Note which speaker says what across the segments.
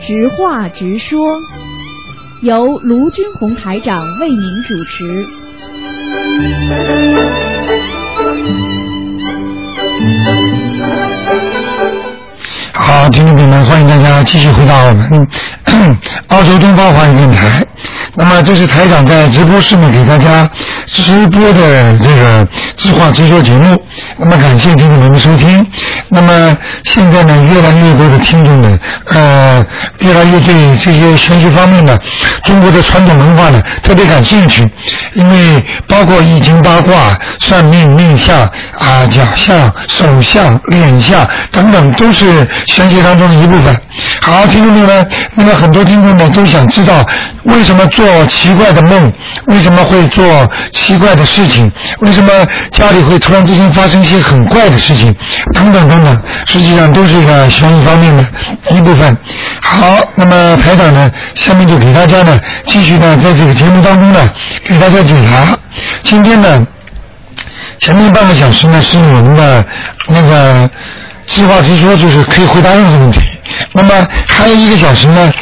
Speaker 1: 直话直说，由卢军红台长为您主持。
Speaker 2: 好，听众朋友们，欢迎大家继续回到我们嗯澳洲东方华语电台。那么，这是台长在直播室呢给大家直播的这个直话直说节目。那么，感谢听众朋友们收听。那么，现在呢，越来越多的听众呢，呃，越来越对这些玄学方面呢，中国的传统文化呢特别感兴趣，因为包括易经、八卦、算命、命相啊、脚相、手相、脸相等等，都是玄学当中的一部分。好，听众朋友们，那么很多听众呢都想知道为什么做奇怪的梦，为什么会做奇怪的事情，为什么家里会突然之间发生一些很怪的事情，等等等等，实际上都是一个玄学方面的一部分。好，那么台长呢，下面就给大家呢继续呢在这个节目当中呢给大家解答。今天呢，前面半个小时呢是我们的那个。实话实说，就是可以回答任何问题。那么还有一个小时呢，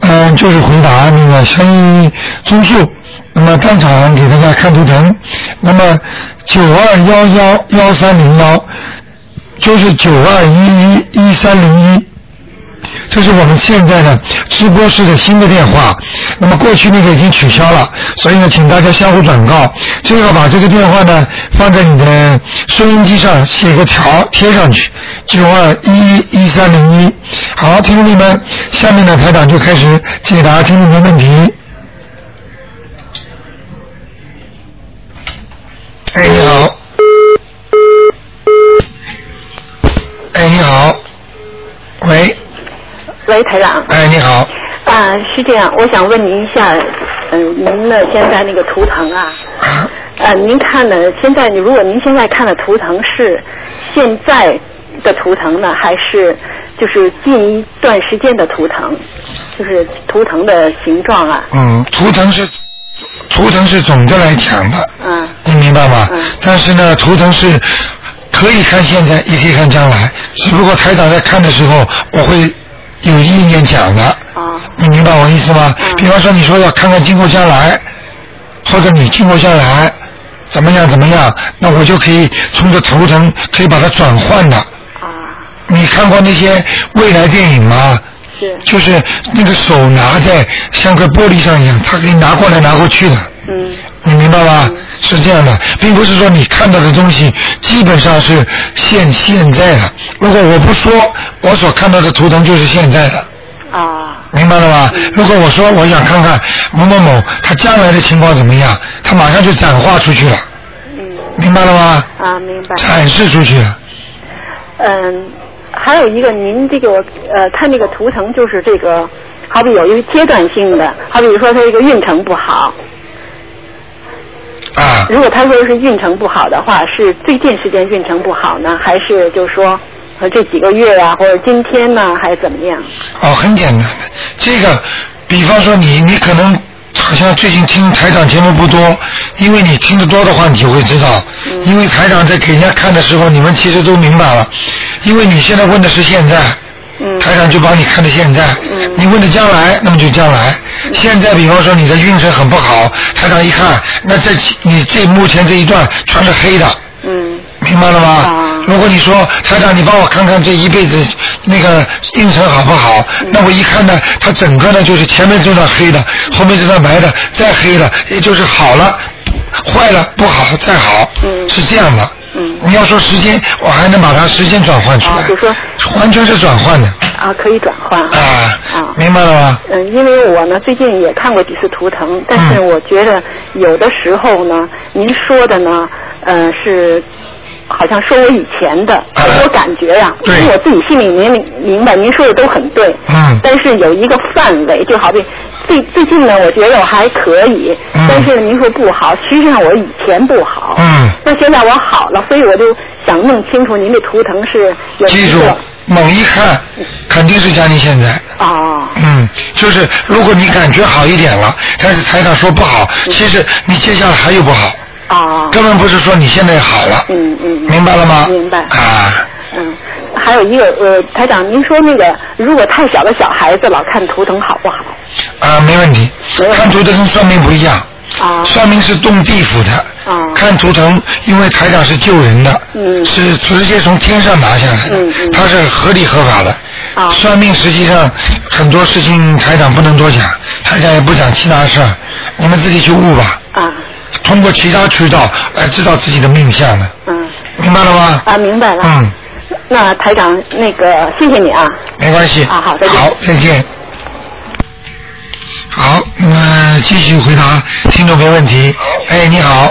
Speaker 2: 嗯、就是回答那个相应综述。那么当场给大家看图腾。那么九二幺幺幺三零幺，就是九二一一一三零一。这是我们现在的直播室的新的电话，那么过去那个已经取消了，所以呢，请大家相互转告。最好把这个电话呢放在你的收音机上，写个条贴上去，九二一一三零一。好，听众朋友们，下面呢，台长就开始解答听众的问题。哎，你好。哎，你好。喂，
Speaker 3: 喂，台长，
Speaker 2: 哎，你好。
Speaker 3: 啊，是这样，我想问您一下，嗯，您呢现在那个图腾啊，呃，您看呢，现在你如果您现在看的图腾是现在的图腾呢，还是就是近一段时间的图腾，就是图腾的形状啊，
Speaker 2: 嗯，图腾是图腾是总的来讲的，
Speaker 3: 嗯，
Speaker 2: 你明白吗？
Speaker 3: 嗯
Speaker 2: 但是呢，图腾是可以看现在，也可以看将来。只不过台长在看的时候，我会有意念讲的，
Speaker 3: 啊，
Speaker 2: 你明白我意思吗？
Speaker 3: 嗯
Speaker 2: 比方说，你说要看看今后将来，或者你今后将来怎么样怎么样，那我就可以从这图腾可以把它转换的。
Speaker 3: 啊，
Speaker 2: 你看过那些未来电影吗？
Speaker 3: 是，
Speaker 2: 就是那个手拿在像个玻璃上一样，它可以拿过来拿过去的。
Speaker 3: 嗯，
Speaker 2: 你明白吧
Speaker 3: 嗯？
Speaker 2: 是这样的，并不是说你看到的东西基本上是现现在的。如果我不说，我所看到的图腾就是现在的，
Speaker 3: 啊，
Speaker 2: 明白了吧？如果我说我想看看某某某他将来的情况怎么样，他马上就展化出去了，
Speaker 3: 嗯，
Speaker 2: 明白了吗？
Speaker 3: 啊，明白。
Speaker 2: 展示出去了，
Speaker 3: 嗯，还有一个，您这个呃，看这个图腾就是这个，好比有一个阶段性的，好比说它这个运程不好，
Speaker 2: 啊，
Speaker 3: 如果他说是运程不好的话，是最近时间运程不好呢，还是就说呃这几个月呀、或者今天呢，还是怎么样？
Speaker 2: 哦，很简单的，这个，比方说你你可能好像最近听台长节目不多，因为你听得多的话，你就会知道，
Speaker 3: 嗯
Speaker 2: 因为台长在给人家看的时候，你们其实都明白了，因为你现在问的是现在，
Speaker 3: 嗯
Speaker 2: 台长就帮你看的现在，
Speaker 3: 嗯
Speaker 2: 你问的将来，那么就将来。现在比方说你的运程很不好，台长一看，那这你这目前这一段全是黑的，
Speaker 3: 嗯
Speaker 2: 明白了吗？
Speaker 3: 啊
Speaker 2: 如果你说台长，你帮我看看这一辈子那个运程好不好？
Speaker 3: 嗯
Speaker 2: 那我一看呢，它整个呢就是前面这段黑的，
Speaker 3: 嗯
Speaker 2: 后面这段白的，再黑了，也就是好了，坏了，不好再好，
Speaker 3: 嗯
Speaker 2: 是这样的。
Speaker 3: 嗯
Speaker 2: 你要说时间，我还能把它时间转换出来，
Speaker 3: 啊就说
Speaker 2: 完全是转换的
Speaker 3: 啊，可以转换
Speaker 2: 啊，
Speaker 3: 啊。
Speaker 2: 明白了吗？
Speaker 3: 嗯，因为我呢最近也看过几次图腾，但是
Speaker 2: 嗯
Speaker 3: 我觉得有的时候呢，您说的呢，呃是。好像说我以前的，
Speaker 2: 哎
Speaker 3: 我感觉呀、因
Speaker 2: 对
Speaker 3: 为我自己心里明明明白，您说的都很对，
Speaker 2: 嗯
Speaker 3: 但是有一个范围，就好比最最近呢，我觉得我还可以，
Speaker 2: 嗯
Speaker 3: 但是您说不好，实际上我以前不好，
Speaker 2: 嗯，
Speaker 3: 那现在我好了，所以我就想弄清楚您的图腾是有
Speaker 2: 记
Speaker 3: 一
Speaker 2: 住
Speaker 3: 个，
Speaker 2: 猛一看，肯定是家庭现在。
Speaker 3: 哦，
Speaker 2: 嗯，就是如果你感觉好一点了，但是台长说不好，其实你接下来还有不好，
Speaker 3: 哦，
Speaker 2: 根本不是说你现在好了，
Speaker 3: 嗯嗯，
Speaker 2: 明白了吗？
Speaker 3: 明白
Speaker 2: 啊，
Speaker 3: 嗯，还有一个呃，台长，您说那个如果太小的小孩子老看图腾好不好？
Speaker 2: 啊，没问题。看图腾跟算命不一样，
Speaker 3: 啊
Speaker 2: 算命是动地府的，
Speaker 3: 啊
Speaker 2: 看图腾，因为台长是救人的，
Speaker 3: 嗯
Speaker 2: 是直接从天上拿下来的，
Speaker 3: 嗯嗯
Speaker 2: 它是合理合法的。
Speaker 3: 啊
Speaker 2: 算命实际上很多事情台长不能多讲，台长也不讲其他事儿，你们自己去悟吧。
Speaker 3: 啊
Speaker 2: 通过其他渠道来知道自己的命相的，
Speaker 3: 嗯
Speaker 2: 明白了吗？
Speaker 3: 啊，明白了。
Speaker 2: 嗯，
Speaker 3: 那台长，那个谢谢你啊。
Speaker 2: 没关系。
Speaker 3: 啊好再见
Speaker 2: 再见。好，那么继续回答听众朋友问题。哎，你好，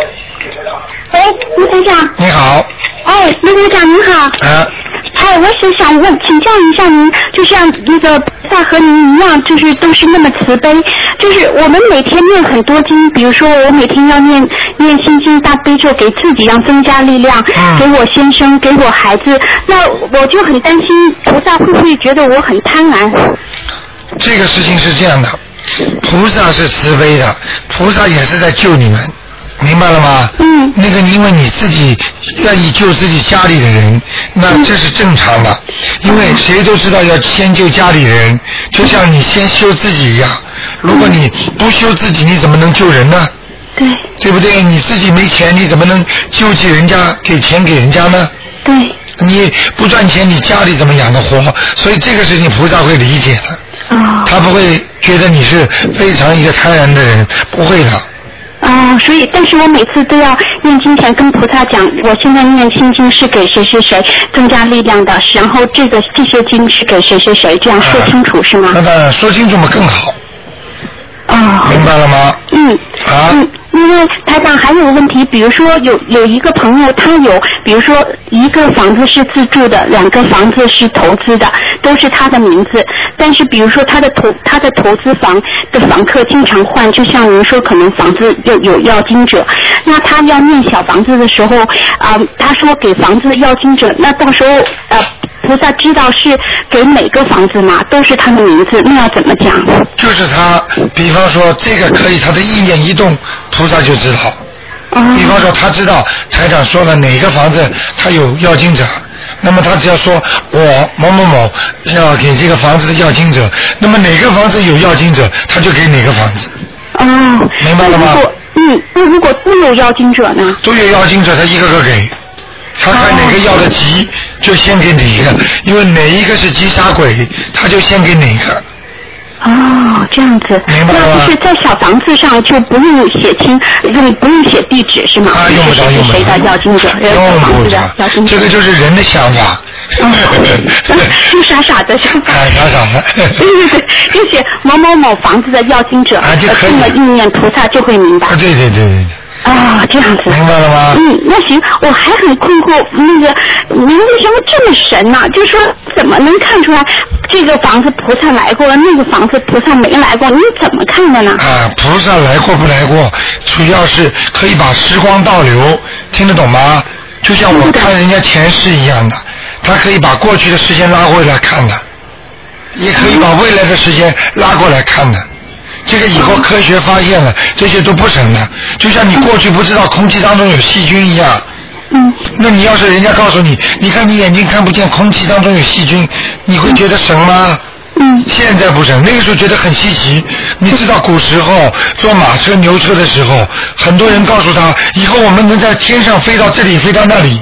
Speaker 4: 喂，卢台长，
Speaker 2: 你好，
Speaker 4: 哎，卢台长您好，
Speaker 2: 呃，
Speaker 4: 哎，我是想问，请教一下您，就像那个菩萨和您一样，就是都是那么慈悲，就是我们每天念很多经，比如说我每天要念念心经大悲咒，给自己要增加力量，
Speaker 2: 嗯
Speaker 4: 给我先生，给我孩子，那我就很担心菩萨会不会觉得我很贪婪？
Speaker 2: 这个事情是这样的，菩萨是慈悲的，菩萨也是在救你们，明白了吗？
Speaker 4: 嗯
Speaker 2: 那个因为你自己愿意救自己家里的人，那这是正常的，因为谁都知道要先救家里人，就像你先修自己一样。如果你不修自己，你怎么能救人呢？
Speaker 4: 对
Speaker 2: 对不对？你自己没钱，你怎么能救济人家给钱给人家呢？
Speaker 4: 对，
Speaker 2: 你不赚钱，你家里怎么养得活？所以这个事情菩萨会理解的，
Speaker 4: 哦
Speaker 2: 他不会觉得你是非常一个贪婪的人，不会的。
Speaker 4: 哦，所以，但是我每次都要念经前跟菩萨讲，我现在念心经是给谁谁谁增加力量的，然后这个这些经是给谁谁谁，这样说清楚、是吗
Speaker 2: 那？当然，说清楚嘛更好，
Speaker 4: 哦，
Speaker 2: 明白了吗？
Speaker 4: 嗯。
Speaker 2: 啊，
Speaker 4: 嗯，因为台长还有个问题，比如说有有一个朋友，他有，比如说一个房子是自住的，两个房子是投资的，都是他的名字。但是比如说他的投他的投资房的房客经常换，就像您说，可能房子有有要经者，那他要念小房子的时候啊、他说给房子要经者，那到时候呃菩萨知道是给每个房子嘛，都是他的名字，那要怎么讲？
Speaker 2: 就是他，比方说这个可以，他的意念一动，菩萨就知道。
Speaker 4: 啊
Speaker 2: 比方说，他知道财长说了哪个房子他有要经者，那么他只要说我某某某要给这个房子的要经者，那么哪个房子有要经者，他就给哪个房子。
Speaker 4: 哦，
Speaker 2: 明白了吗
Speaker 4: 那如果嗯，那如果都有要经者呢？
Speaker 2: 都有要经者，他一个个给，他看哪个要的
Speaker 4: 哦
Speaker 2: 急，就先给哪一个，因为哪一个是急杀鬼，他就先给哪个。
Speaker 4: 哦，这样子，
Speaker 2: 明白了吗
Speaker 4: 那就是在小房子上就不用写清，用不用写地址是吗？
Speaker 2: 啊，用不着，
Speaker 4: 就是
Speaker 2: 用不着，
Speaker 4: 谁的要经者，呃小嗯
Speaker 2: 用
Speaker 4: 房
Speaker 2: 不着
Speaker 4: 子的要经，者。
Speaker 2: 这个就是人的想 法。
Speaker 4: 就傻傻的，傻傻
Speaker 2: 哎，傻
Speaker 4: 的。
Speaker 2: 傻 的。
Speaker 4: 对对对，就 写某某某房子的要经者，
Speaker 2: 啊就可以
Speaker 4: 呃这么意念菩萨就会明白。
Speaker 2: 啊，对对对对，
Speaker 4: 啊、这样子。
Speaker 2: 明白了吗？
Speaker 4: 嗯，那行，我还很困惑，那个您为什么这么神呢、就说怎么能看出来这个房子菩萨来过，那个房子菩萨没来过？你怎么看的呢？
Speaker 2: 啊，菩萨来过不来过，主要是可以把时光倒流，听得懂吗？就像我
Speaker 4: 听得懂
Speaker 2: 看人家前世一样的，他可以把过去的时间拉回来看的，也可以把未来的时间拉过来看的。这个以后科学发现了，这些都不神的。就像你过去不知道空气当中有细菌一样，
Speaker 4: 嗯，
Speaker 2: 那你要是人家告诉你，你看你眼睛看不见空气当中有细菌，你会觉得神吗？
Speaker 4: 嗯，
Speaker 2: 现在不是，那个时候觉得很稀奇。你知道古时候坐马车、牛车的时候，很多人告诉他，以后我们能在天上飞到这里，飞到那里，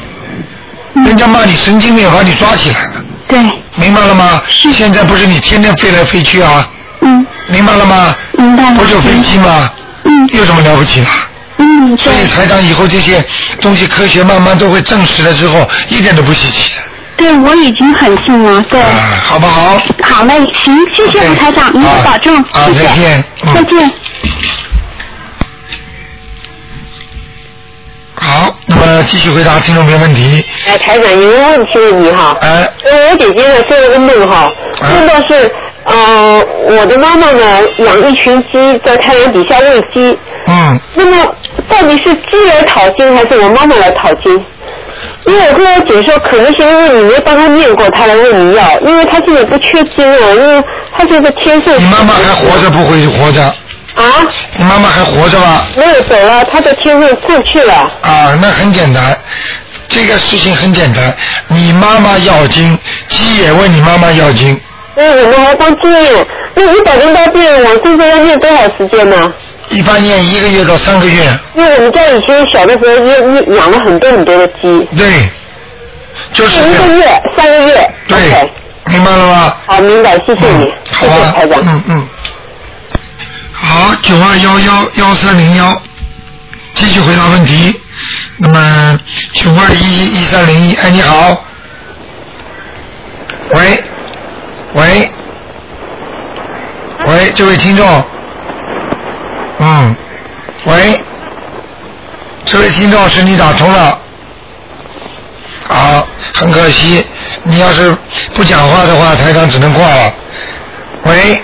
Speaker 4: 嗯
Speaker 2: 人家骂你神经病，把你抓起来了，
Speaker 4: 对，
Speaker 2: 明白了吗？现在不是你天天飞来飞去啊，
Speaker 4: 嗯，
Speaker 2: 明白了吗？
Speaker 4: 明白了。
Speaker 2: 不就飞机吗？
Speaker 4: 嗯
Speaker 2: 有什么了不起的？
Speaker 4: 嗯，
Speaker 2: 所以
Speaker 4: 对
Speaker 2: 台长以后这些东西科学慢慢都会证实了之后，一点都不稀奇的
Speaker 4: 对，我已经很信了。对，
Speaker 2: 啊，好不好？
Speaker 4: 好嘞，行，谢谢
Speaker 2: OK，
Speaker 4: 吴台长，您
Speaker 2: 啊
Speaker 4: 保重，
Speaker 2: 啊
Speaker 4: 谢谢，
Speaker 2: 再见嗯
Speaker 4: 再见。
Speaker 2: 好，那么继续回答听众朋友问题。
Speaker 3: 哎，台长，有一个问题问你哈。
Speaker 2: 哎，
Speaker 3: 呃，我姐姐呢做了个梦哈，
Speaker 2: 啊
Speaker 3: 梦到是呃我的妈妈呢养一群鸡在太阳底下喂鸡，
Speaker 2: 嗯。
Speaker 3: 那么到底是鸡来讨经还是我妈妈来讨经？因为我跟我姐说，可能是因为你没帮她念过，她来问你要，因为她现在不缺经了，因为她这个天寿。
Speaker 2: 你妈妈还活着不会活着？
Speaker 3: 啊？
Speaker 2: 你妈妈还活着吧？
Speaker 3: 没有走了，她的天寿过去了。
Speaker 2: 啊，那很简单，这个事情很简单，你妈妈要经，鸡也问你妈妈要经，
Speaker 5: 嗯，我还当经验，那一百零八遍往生咒要念多少时间呢？
Speaker 2: 一般念一个月到三个月，
Speaker 5: 因为我们家以前小的时候也也养了很多很多的鸡，
Speaker 2: 对，就是
Speaker 5: 一
Speaker 2: 这
Speaker 5: 个
Speaker 2: 样，
Speaker 3: 嗯
Speaker 5: 月、三个月。
Speaker 2: 嗯对
Speaker 5: OK，，
Speaker 2: 明白了吗？
Speaker 5: 好，明白，谢谢你
Speaker 2: 嗯，，
Speaker 5: 谢
Speaker 2: 好
Speaker 5: 谢
Speaker 2: 啊
Speaker 5: 台，长。
Speaker 2: 嗯嗯。好，九二幺幺幺三零幺，继续回答问题。那么九二一一三零一，哎，你好，喂，喂，喂，这位听众，嗯，喂，这位听众是你打通了，好，很可惜，你要是不讲话的话，台长只能挂了。喂，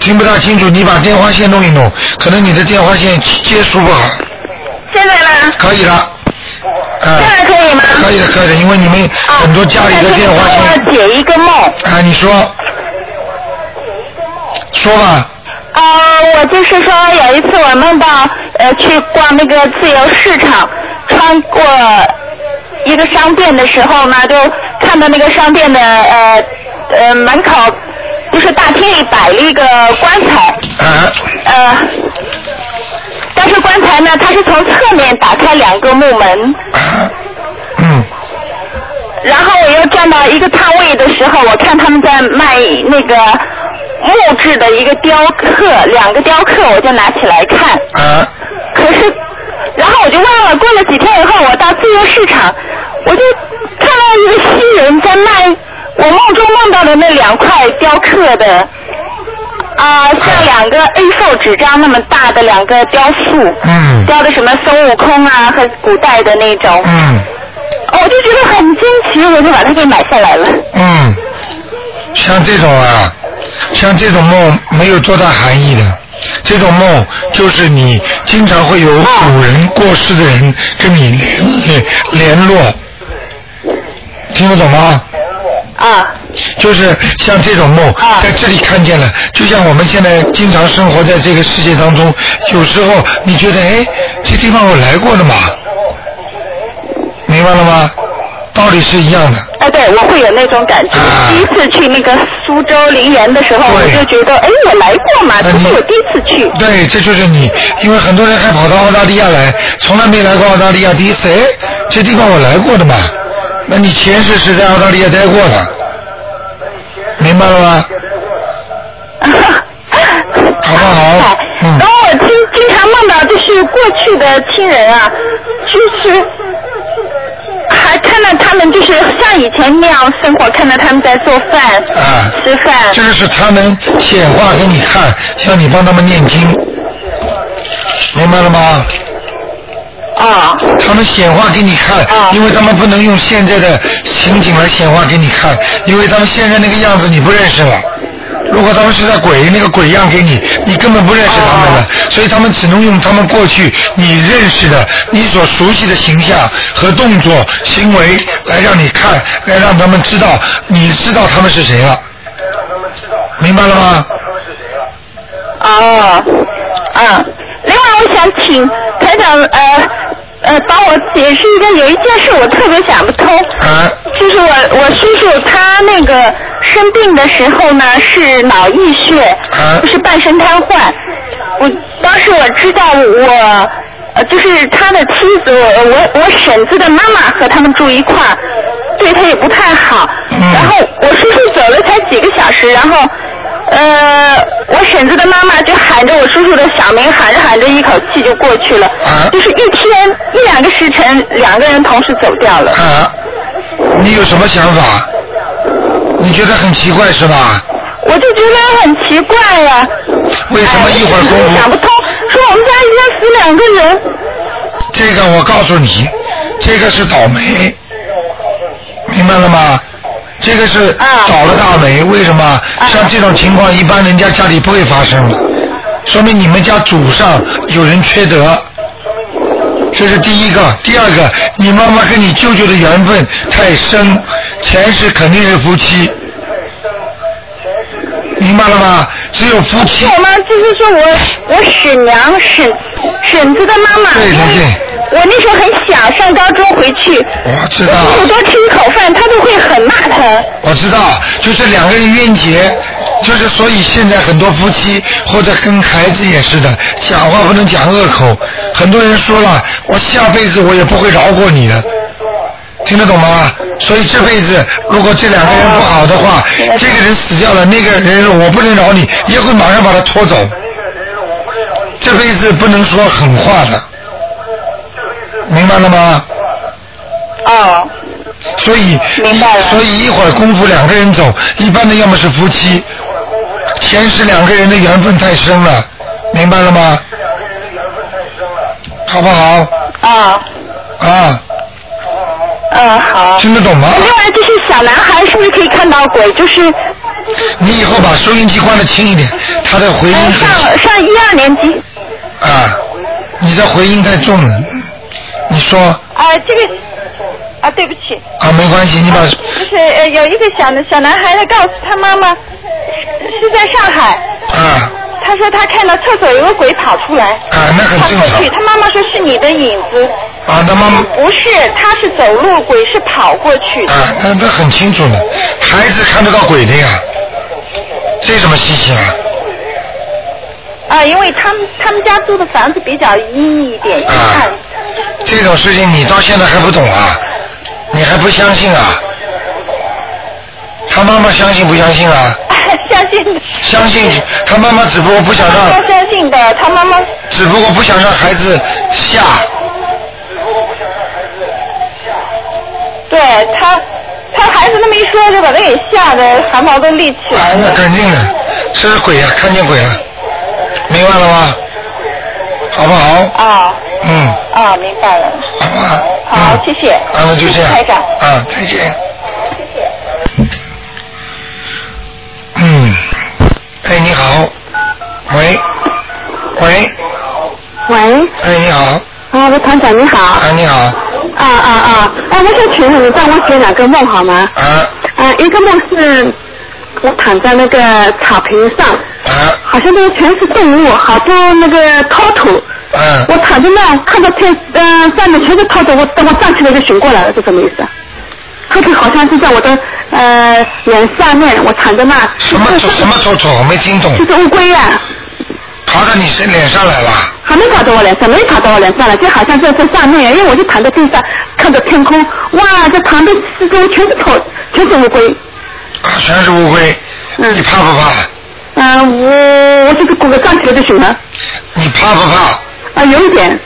Speaker 2: 听不大清楚，你把电话线弄一弄，可能你的电话线接触不好。
Speaker 4: 现在呢？
Speaker 2: 可以了，啊、
Speaker 4: 现在可以吗？
Speaker 2: 可以的，可以的，因为你们
Speaker 4: 啊
Speaker 2: 很多家里的电话
Speaker 4: 我
Speaker 2: 线
Speaker 4: 想解一个梦。
Speaker 2: 啊，你说，说吧，
Speaker 4: 呃，我就是说有一次我梦到呃去逛那个自由市场，穿过一个商店的时候呢，就看到那个商店的呃呃门口就是大厅里摆了一个棺材，
Speaker 2: 啊，
Speaker 4: 呃，但是棺材呢它是从侧面打开两个木门，
Speaker 2: 啊嗯，
Speaker 4: 然后我又站到一个摊位的时候，我看他们在卖那个木质的一个雕刻，两个雕刻，我就拿起来看。
Speaker 2: 啊，
Speaker 4: 可是， 然后我就忘了。过了几天以后，我到自由市场，我就看到一个西人在卖我梦中梦到的那两块雕刻的，啊、像两个 A4 纸张那么大的两个雕塑，
Speaker 2: 嗯，
Speaker 4: 雕的什么孙悟空啊和古代的那种。哦
Speaker 2: 嗯，
Speaker 4: 我就觉得很惊奇，我就把它给买下来了。
Speaker 2: 嗯，像这种啊，像这种梦没有多大含义的。这种梦就是你经常会有古人过世的人跟你联联联络，听得懂吗？嗯
Speaker 4: 啊，
Speaker 2: 就是像这种梦，
Speaker 4: 啊
Speaker 2: 在这里看见了，就像我们现在经常生活在这个世界当中，有时候你觉得，哎，这地方我来过了嘛，明白了吗？道理是一样的，
Speaker 4: 哎，对，我会有那种感觉。
Speaker 2: 啊
Speaker 4: 第一次去那个苏州陵园的时候，我
Speaker 2: 对
Speaker 4: 就觉得，哎，我来过嘛，
Speaker 2: 那
Speaker 4: 只
Speaker 2: 你
Speaker 4: 是我第一次去。
Speaker 2: 对，这就是你，因为很多人还跑到澳大利亚来，从来没来过澳大利亚，第一次，哎，这地方我来过的嘛，那你前世是在澳大利亚待过的，明白了吗？好不好嗯
Speaker 4: 然后哎我经经常梦到，就是过去的亲人啊，就是还看到他们，就是像以前那样生活，看到他们在做饭、
Speaker 2: 啊
Speaker 4: 吃饭
Speaker 2: 这。个是他们显化给你看，让你帮他们念经，明白了吗？
Speaker 4: 啊、
Speaker 2: 他们显化给你看，
Speaker 4: 啊
Speaker 2: 因为他们不能用现在的情景来显化给你看，因为他们现在那个样子你不认识了。如果他们是在鬼那个鬼样给你，你根本不认识他们了，所以他们只能用他们过去你认识的、你所熟悉的形象和动作、行为来让你看，来让他们知道你知道他们是谁了。明白了吗？
Speaker 4: 哦，嗯，另外我想请台长呃呃帮我解释一个，有一件事我特别想不通，
Speaker 2: 啊，
Speaker 4: 就是我我叔叔他那个生病的时候呢是脑溢血
Speaker 2: 啊，
Speaker 4: 就是半身瘫痪。我当时我知道我。呃，就是他的妻子，我我我婶子的妈妈和他们住一块儿，对他也不太好。
Speaker 2: 嗯
Speaker 4: 然后我叔叔走了才几个小时，然后呃，我婶子的妈妈就喊着我叔叔的小名，喊着喊着一口气就过去了，
Speaker 2: 啊
Speaker 4: 就是一天一两个时辰，两个人同时走掉了。
Speaker 2: 啊，你有什么想法？你觉得很奇怪是吧？
Speaker 4: 我就觉得很奇怪呀、
Speaker 2: 为什么一会儿功
Speaker 4: 哎我就想不
Speaker 2: 夫？
Speaker 4: 通，说我们家一天死两个人，
Speaker 2: 这个我告诉你，这个是倒霉，明白了吗？这个是
Speaker 4: 啊
Speaker 2: 倒了大霉，为什么？像这种情况，一般人家家里不会发生的，说明你们家祖上有人缺德。这是第一个，第二个，你妈妈跟你舅舅的缘分太深，前世肯定是夫妻，明白了吗？只有夫妻
Speaker 4: 我。妈就是说我我婶娘婶婶子的妈妈，
Speaker 2: 对
Speaker 4: 因
Speaker 2: 对
Speaker 4: 为
Speaker 2: 对啊
Speaker 3: 我那时候很小，上高中回去，
Speaker 2: 我知道，
Speaker 3: 我多吃一口饭，他都会很骂他。
Speaker 2: 我知道，就是两个人冤结，就是所以现在很多夫妻或者跟孩子也是的，讲话不能讲恶口。很多人说了，我下辈子我也不会饶过你的，听得懂吗？所以这辈子如果这两个人不好的话，这个人死掉了，那个人我不能饶你，也会马上把他拖走。这辈子不能说狠话的，明白了吗？
Speaker 3: 哦，
Speaker 2: 所以，
Speaker 3: 明白了
Speaker 2: 所以一会儿功夫两个人走，一般的要么是夫妻，前世两个人的缘分太深了，明白了吗？好不好？
Speaker 3: 哦，
Speaker 2: 啊，
Speaker 4: 啊
Speaker 3: 嗯，好。
Speaker 2: 听得懂吗？
Speaker 3: 另外就是小男孩是不是可以看到鬼？就是
Speaker 2: 你以后把收音机关的轻一点，他的回音
Speaker 3: 呃上
Speaker 2: 很
Speaker 3: 上一二年级，
Speaker 2: 啊，你的回音太重了。你说
Speaker 3: 啊、这个啊，对不起，
Speaker 2: 啊，没关系，你把
Speaker 3: 就是呃有一个小小男孩，他告诉他妈妈是是在上海，
Speaker 2: 啊
Speaker 3: 他说他看到厕所有个鬼跑出来，
Speaker 2: 啊，那很
Speaker 3: 他
Speaker 2: 正
Speaker 3: 过
Speaker 2: 常
Speaker 3: 去，他妈妈说是你的影子，
Speaker 2: 啊，那么。
Speaker 3: 不是，他是走路，鬼是跑过去。
Speaker 2: 啊，那那很清楚的，孩子看得到鬼的呀，这有什么稀奇啊？
Speaker 3: 啊，因为他们他们家租的房子比较阴一点，阴
Speaker 2: 啊
Speaker 3: 暗。
Speaker 2: 这种事情你到现在还不懂啊？你还不相信啊？他妈妈相信不相信啊？
Speaker 3: 相信的，
Speaker 2: 相信，他妈妈只不过不想
Speaker 3: 他
Speaker 2: 让，
Speaker 3: 相信的，他妈妈
Speaker 2: 只不过不想让孩子吓。
Speaker 3: 对他，他孩子那么一说，就把他给吓得汗毛都立起
Speaker 2: 啊
Speaker 3: 来，
Speaker 2: 那
Speaker 3: 了。
Speaker 2: 肯定的，这是鬼呀、啊看见鬼了，明白了吗？好不好？
Speaker 3: 啊
Speaker 2: 嗯，
Speaker 3: 啊，明白了。
Speaker 2: 好吧。
Speaker 3: 好
Speaker 2: 嗯
Speaker 3: 谢谢
Speaker 2: 啊，那就这样。
Speaker 3: 谢谢台长
Speaker 2: 啊，再见。嗯，哎，你好，喂，喂，
Speaker 4: 喂，
Speaker 2: 哎，你好，
Speaker 4: 啊，罗团长你好。
Speaker 2: 啊，你好，
Speaker 4: 啊啊啊！哎，我想请你帮我解两个梦好吗？
Speaker 2: 啊
Speaker 4: 啊，一个梦是我躺在那个草坪上，
Speaker 2: 啊
Speaker 4: 好像那个全是动物，好多那个脱土。
Speaker 2: 啊
Speaker 4: 我躺在那，看到天，嗯、呃，上面全是脱土，我等我站起来就醒过来了，是什么意思啊？脱土好像是在我的呃脸下面，我躺在那，
Speaker 2: 什么
Speaker 4: 就
Speaker 2: 头
Speaker 4: 是
Speaker 2: 什么头头，我没听懂，
Speaker 4: 就是乌龟啊，
Speaker 2: 爬到你身脸上来了，啊
Speaker 4: 还没跑到我脸上，没跑到我脸上了，就好像在在上面，因为我就躺在地上看着天空，哇，这旁边四周全是头，全是乌龟。
Speaker 2: 啊，全是乌龟，
Speaker 4: 嗯
Speaker 2: 你怕不怕？
Speaker 4: 嗯、我我就是鼓个站起来就行了，啊、
Speaker 2: 你怕不怕？
Speaker 4: 有一点。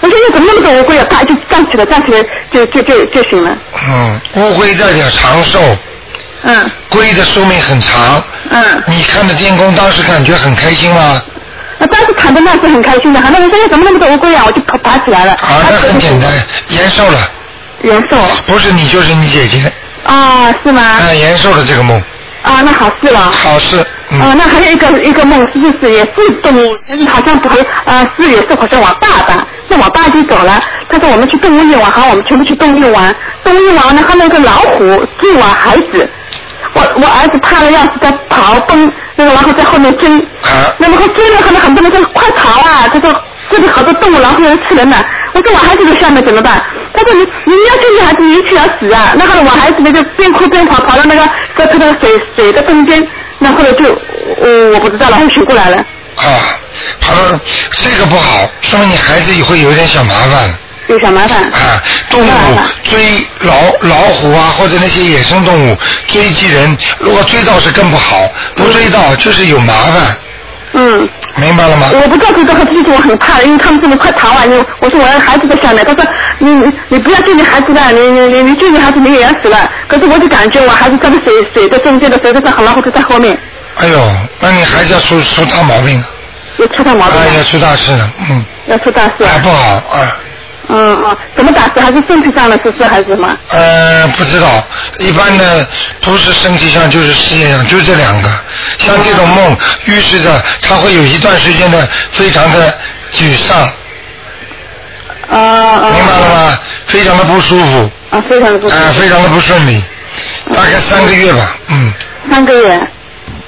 Speaker 4: 我说你怎么那么多乌龟啊？啪就站起来，站起来就就就就行了。
Speaker 2: 嗯，乌龟代表长寿，
Speaker 4: 嗯
Speaker 2: 龟的寿命很长。
Speaker 4: 嗯，
Speaker 2: 你看着天空，当时感觉很开心吗？
Speaker 4: 那啊当时躺在那是很开心的，很多人说哎怎么那么多乌龟啊？我就爬爬起来了。
Speaker 2: 啊，那很简单，延寿了，
Speaker 4: 延寿
Speaker 2: 不是你就是你姐姐，
Speaker 4: 啊，是吗？
Speaker 2: 啊，哦延寿了这个梦，
Speaker 4: 啊，那好事了。
Speaker 2: 好事，
Speaker 4: 啊，
Speaker 2: 嗯，
Speaker 4: 那还有一个一个梦，就是也是动物，但是好像不会，呃，是也是好像我爸爸，那我爸就走了，他说我们去动物园玩，好，我们全部去动物园玩，动物园玩呢，看到一个老虎追我孩子，我我儿子怕的要死，在逃奔，那个老虎在后面追，
Speaker 2: 啊，
Speaker 4: 那么他追了，后面很多人说快逃啊，他说这里好多动物，老虎要吃人呢，我说我孩子在下面怎么办？他说你你要救你孩子，你一起要死啊！那后来我孩子呢就边哭边跑，跑到那个在他那个水水的中间，那后来就我我不知道了，他就醒过来了，
Speaker 2: 啊，他说这个不好，说明你孩子也会有点小麻烦，
Speaker 4: 有小麻烦。
Speaker 2: 啊，动物追老老虎啊，或者那些野生动物追击人，如果追到是更不好，不追到就是有麻烦，
Speaker 4: 嗯，
Speaker 2: 明白了吗？
Speaker 4: 我不知道这个后就是我很怕的，因为他们说你快逃啊，你我说我要孩子在下面，他说你你你不要救你孩子了，你你你你救你孩子你也要死了，可是我就感觉我孩子站在水水的中间的水的上，老虎就在后面，
Speaker 2: 哎呦，那你孩子要出出大毛病了，
Speaker 4: 又出大毛病
Speaker 2: 啊，
Speaker 4: 了
Speaker 2: 要。出大事了，嗯，
Speaker 4: 要出大事
Speaker 2: 还
Speaker 4: 啊！
Speaker 2: 不好啊。
Speaker 4: 嗯嗯，怎么打字？还是身体上的事是还是什么？
Speaker 2: 呃，不知道，一般的不是身体上就是事业上，就这两个。像这种梦，预示着他会有一段时间的非常的沮丧，
Speaker 4: 啊啊！
Speaker 2: 嗯明白了吗？非常的不舒服，
Speaker 4: 啊，非常不
Speaker 2: 啊、非常的不顺利，大概三个月吧，嗯，
Speaker 4: 三个月。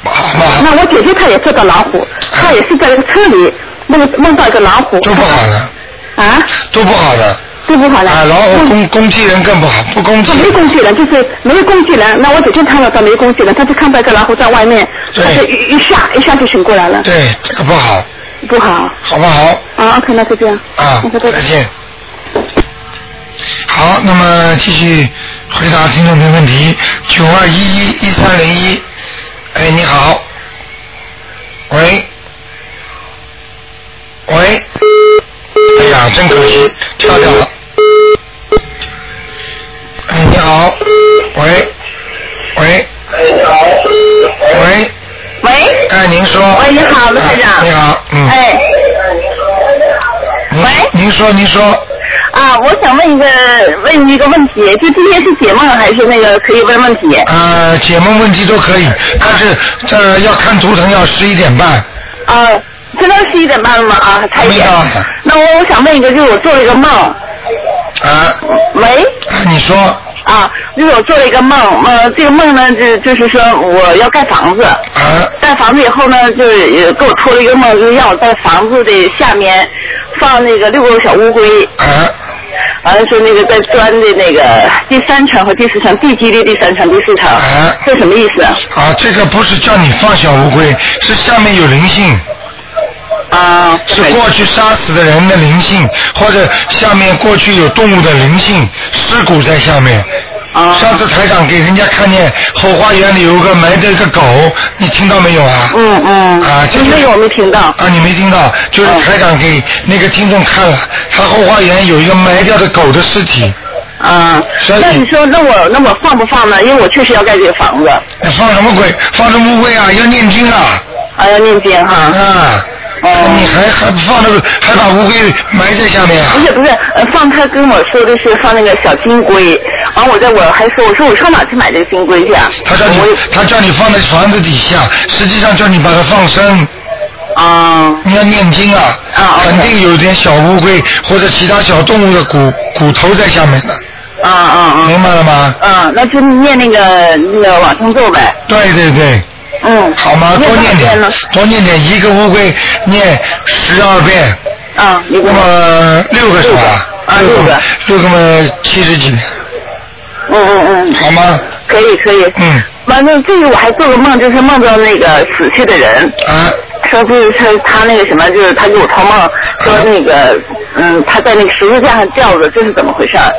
Speaker 2: 好不好？
Speaker 4: 那我
Speaker 2: 嗯
Speaker 4: 姐姐她也做到老虎，她也是在那个车里梦梦到一个老虎。
Speaker 2: 都不好了，
Speaker 4: 啊啊，
Speaker 2: 都不好的。
Speaker 4: 对不好了。
Speaker 2: 啊，然后
Speaker 4: 那
Speaker 2: 工工具人更不好，不攻击
Speaker 4: 他。没工具人，就是没有工具人。那我只见看到他没工具人，他就看到一个老虎在外面，
Speaker 2: 对
Speaker 4: 他就一一下一下就醒过来了，
Speaker 2: 对，这个不好，
Speaker 4: 不好。
Speaker 2: 好不好？
Speaker 4: 啊，OK，那就这样。
Speaker 2: 啊
Speaker 4: 那，就
Speaker 2: 再见。好，那么继续回答听众朋友问题，九二一一一三零一。哎，你好。喂。喂。哎呀，真可惜，跳掉了。哎，你好。喂。喂。喂。
Speaker 3: 喂，
Speaker 2: 哎，您说。
Speaker 3: 喂你好卢台长
Speaker 2: 哎你好，嗯。
Speaker 3: 哎，
Speaker 2: 您
Speaker 3: 喂
Speaker 2: 您说，您说。
Speaker 3: 啊，我想问一个问一个问题，就今天是解梦还是那个可以问问题？
Speaker 2: 呃，解梦问题都可以，但是这、要看图腾，要十一点半。
Speaker 3: 啊，现在十一点半了吗？啊，
Speaker 2: 还
Speaker 3: 才
Speaker 2: 没
Speaker 3: 一点
Speaker 2: 到呢。
Speaker 3: 那我我想问一个，就是我做了一个梦，
Speaker 2: 啊，
Speaker 3: 喂，
Speaker 2: 啊你说
Speaker 3: 啊，就是我做了一个梦，呃，这个梦呢，就就是说我要盖房子，
Speaker 2: 啊，
Speaker 3: 盖房子以后呢，就是呃给我托了一个梦，就是让我在房子的下面放那个六个小乌龟，
Speaker 2: 啊，
Speaker 3: 完了说那个在钻的那个第三层和第四层，地基的第三层、第四层
Speaker 2: 哎，
Speaker 3: 这什么意思？
Speaker 2: 啊，这个不是叫你放小乌龟，是下面有灵性，
Speaker 3: 啊，
Speaker 2: 是过去杀死的人的灵性，或者下面过去有动物的灵性，尸骨在下面。
Speaker 3: 啊，
Speaker 2: 上次台长给人家看见后花园里有个埋着一个狗，你听到没有啊？
Speaker 3: 嗯嗯，
Speaker 2: 啊这就是
Speaker 3: 那个我没听到，
Speaker 2: 啊，你没听到？就是
Speaker 3: 哦
Speaker 2: 台长给那个听众看了，他后花园有一个埋掉的狗的尸体，
Speaker 3: 啊
Speaker 2: 所以，
Speaker 3: 那你说那我那我放不放呢？因为我确实要盖这个房子，
Speaker 2: 你放什么鬼？放什么乌龟啊？要念经啊！
Speaker 3: 啊要念经哈，
Speaker 2: 啊，
Speaker 3: 哦
Speaker 2: 你还还不放那个，还把乌龟埋在下面啊
Speaker 3: 不？是不是，呃，放他跟我说的是放那个小金龟，完我在我还说我说我上哪去买这个金龟去啊？
Speaker 2: 他叫你
Speaker 3: 我也，
Speaker 2: 他叫你放在房子底下，实际上叫你把它放生，
Speaker 3: 啊
Speaker 2: 你要念经啊，
Speaker 3: 啊，OK
Speaker 2: 肯定有点小乌龟或者其他小动物的骨骨头在下面的，
Speaker 3: 啊啊
Speaker 2: 明白了吗？
Speaker 3: 啊啊，那就念那个那个往生咒呗，
Speaker 2: 对对对，
Speaker 3: 嗯，
Speaker 2: 好吗？
Speaker 3: 念
Speaker 2: 多
Speaker 3: 多
Speaker 2: 念
Speaker 3: 少遍
Speaker 2: 点
Speaker 3: 呢？，
Speaker 2: 多念点，一个乌龟念十二遍，
Speaker 3: 啊，你给
Speaker 2: 那
Speaker 3: 我，
Speaker 2: 么六个是吧？
Speaker 3: 啊
Speaker 2: 六
Speaker 3: 六
Speaker 2: 个
Speaker 3: 个，
Speaker 2: 六个嘛七十几遍，
Speaker 3: 嗯嗯嗯，
Speaker 2: 好吗？
Speaker 3: 可以可以，
Speaker 2: 嗯，
Speaker 3: 完了这个我还做个梦，就是梦到那个死去的人，
Speaker 2: 啊。
Speaker 3: 说就是他他那个什么，就是他给我托梦说那个，嗯，他在那个十字架上吊着，这是怎么回事儿？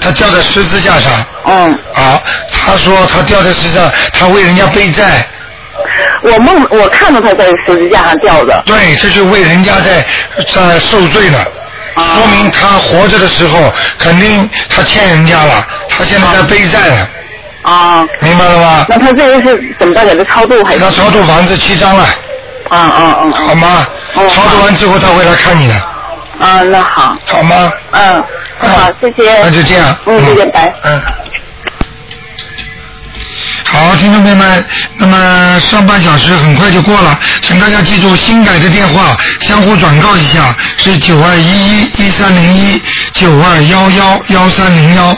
Speaker 2: 他掉在十字架上
Speaker 3: 嗯，
Speaker 2: 啊，他说他掉在十字架，他为人家背债，
Speaker 3: 我梦我看到他在十字架上吊着。
Speaker 2: 对，这就为人家在在受罪呢。
Speaker 3: 啊
Speaker 2: 说明他活着的时候，肯定他欠人家了，他现在在背债了，
Speaker 3: 啊，
Speaker 2: 明白了吗？
Speaker 3: 那他这个是怎么着给他超度还
Speaker 2: 给
Speaker 3: 是？
Speaker 2: 他超度房子七张了，
Speaker 3: 啊啊啊
Speaker 2: 好吗？
Speaker 3: 哦
Speaker 2: 超度完之后他会来看你的，
Speaker 3: 啊！那好，
Speaker 2: 好吗？
Speaker 3: 嗯，好，谢谢。
Speaker 2: 啊那就这样。
Speaker 3: 嗯谢谢拜
Speaker 2: 嗯。好，听众朋友们，那么上半小时很快就过了，请大家记住新改的电话，相互转告一下，是九二一一一三零一九二幺幺幺三零幺。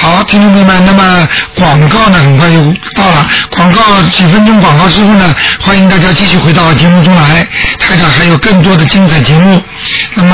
Speaker 2: 好，听众朋友们，那么广告呢很快就到了，广告几分钟广告之后呢，欢迎大家继续回到节目中来，台长还有更多的精彩节目。那么。